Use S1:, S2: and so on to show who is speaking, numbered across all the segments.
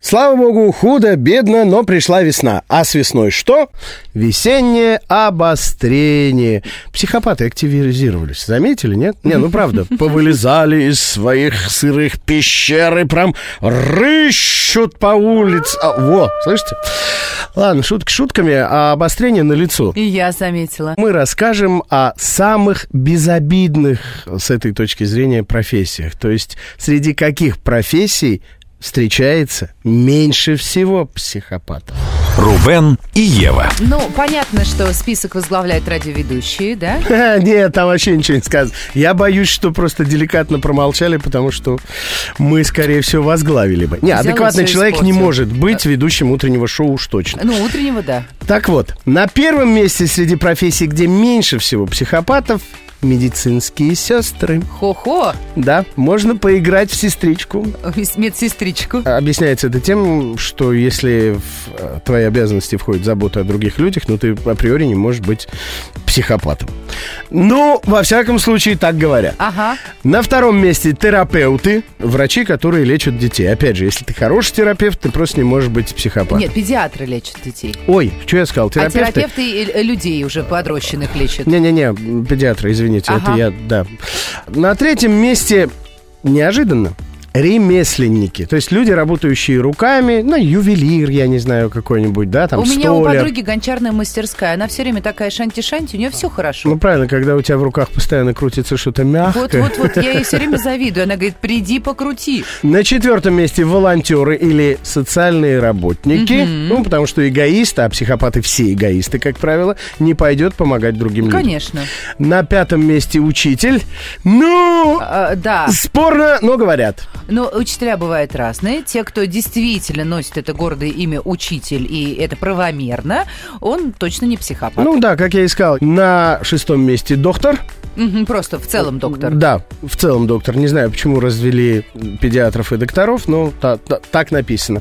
S1: Слава богу, худо-бедно, но пришла весна. А с весной что? Весеннее обострение. Психопаты активизировались. Заметили, нет? Не, ну правда, повылезали из своих сырых пещер и прям рыщут по улице. А, во, слышите? Ладно, шутки шутками, а обострение на лицо.
S2: И я заметила.
S1: Мы расскажем о самых безобидных с этой точки зрения профессиях. То есть среди каких профессий встречается меньше всего психопатов.
S3: Рубен и Ева.
S2: Ну, понятно, что список возглавляет радиоведущие, да?
S1: Нет, там вообще ничего не сказано. Я боюсь, что просто деликатно промолчали, потому что мы, скорее всего, возглавили бы. Не,
S2: Взял и
S1: адекватный
S2: всё
S1: человек не
S2: испортил.
S1: может быть ведущим утреннего шоу уж точно.
S2: Ну, утреннего, да.
S1: Так вот, на первом месте среди профессий, где меньше всего психопатов, медицинские сестры.
S2: Хо-хо,
S1: Да, можно поиграть в сестричку.
S2: мис- медсестричку.
S1: Объясняется это тем, что если в э, твои обязанности входит забота о других людях, ну ты априори не можешь быть психопатом. Ну, во всяком случае, так говорят.
S2: Ага.
S1: На втором месте терапевты, врачи, которые лечат детей. Опять же, если ты хороший терапевт, ты просто не можешь быть психопатом.
S2: Нет, педиатры лечат детей.
S1: Ой, что я сказал?
S2: А
S1: Терапевты? Ну,
S2: терапевты и- и людей уже подрощенных лечат.
S1: Не-не-не, педиатры, извините,
S2: Ага.
S1: это я, да. На третьем месте, неожиданно, ремесленники. То есть люди, работающие руками, ну, ювелир, я не знаю, какой-нибудь, да, там,
S2: у меня у
S1: столяр.
S2: подруги гончарная мастерская. Она все время такая шанти-шанти, у нее все хорошо.
S1: Ну, правильно, когда у тебя в руках постоянно крутится что-то мягкое.
S2: Вот-вот-вот, я ей все время завидую. Она говорит, приди покрути.
S1: На четвертом месте волонтеры или социальные работники. Ну, потому что эгоисты, а психопаты все эгоисты, как правило, не пойдет помогать другим людям.
S2: Ну, Конечно.
S1: На пятом месте учитель. Ну,
S2: А, да,
S1: спорно, но говорят.
S2: но Ну, учителя бывают разные. Те, кто действительно носит это гордое имя учитель, и это правомерно, он точно не психопат.
S1: Ну да, как я и сказал, на шестом месте доктор.
S2: Мгм, Просто в целом, доктор.
S1: Да, в целом доктор. Не знаю, почему развели педиатров и докторов, но та- та- так написано.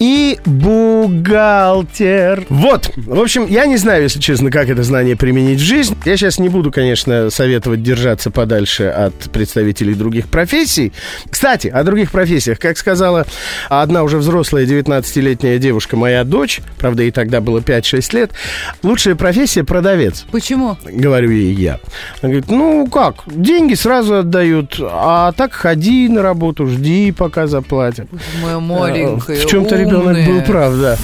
S1: И бухгалтер. Вот. В общем, я не знаю, если честно, как это знание применить в жизнь. Я сейчас не буду, конечно, советовать держаться подальше от представителей других профессий. Кстати, о других профессиях. Как сказала одна уже взрослая 19-летняя девушка, моя дочь, правда, ей тогда было 5-6 лет, лучшая профессия – продавец
S2: Почему?
S1: говорю ей я. Она говорит, ну как, деньги сразу отдают, а так ходи на работу, жди, пока заплатят.
S2: Мое
S1: Э,
S2: маленькое,
S1: В чем-то ребенок
S2: умное.
S1: был прав, да.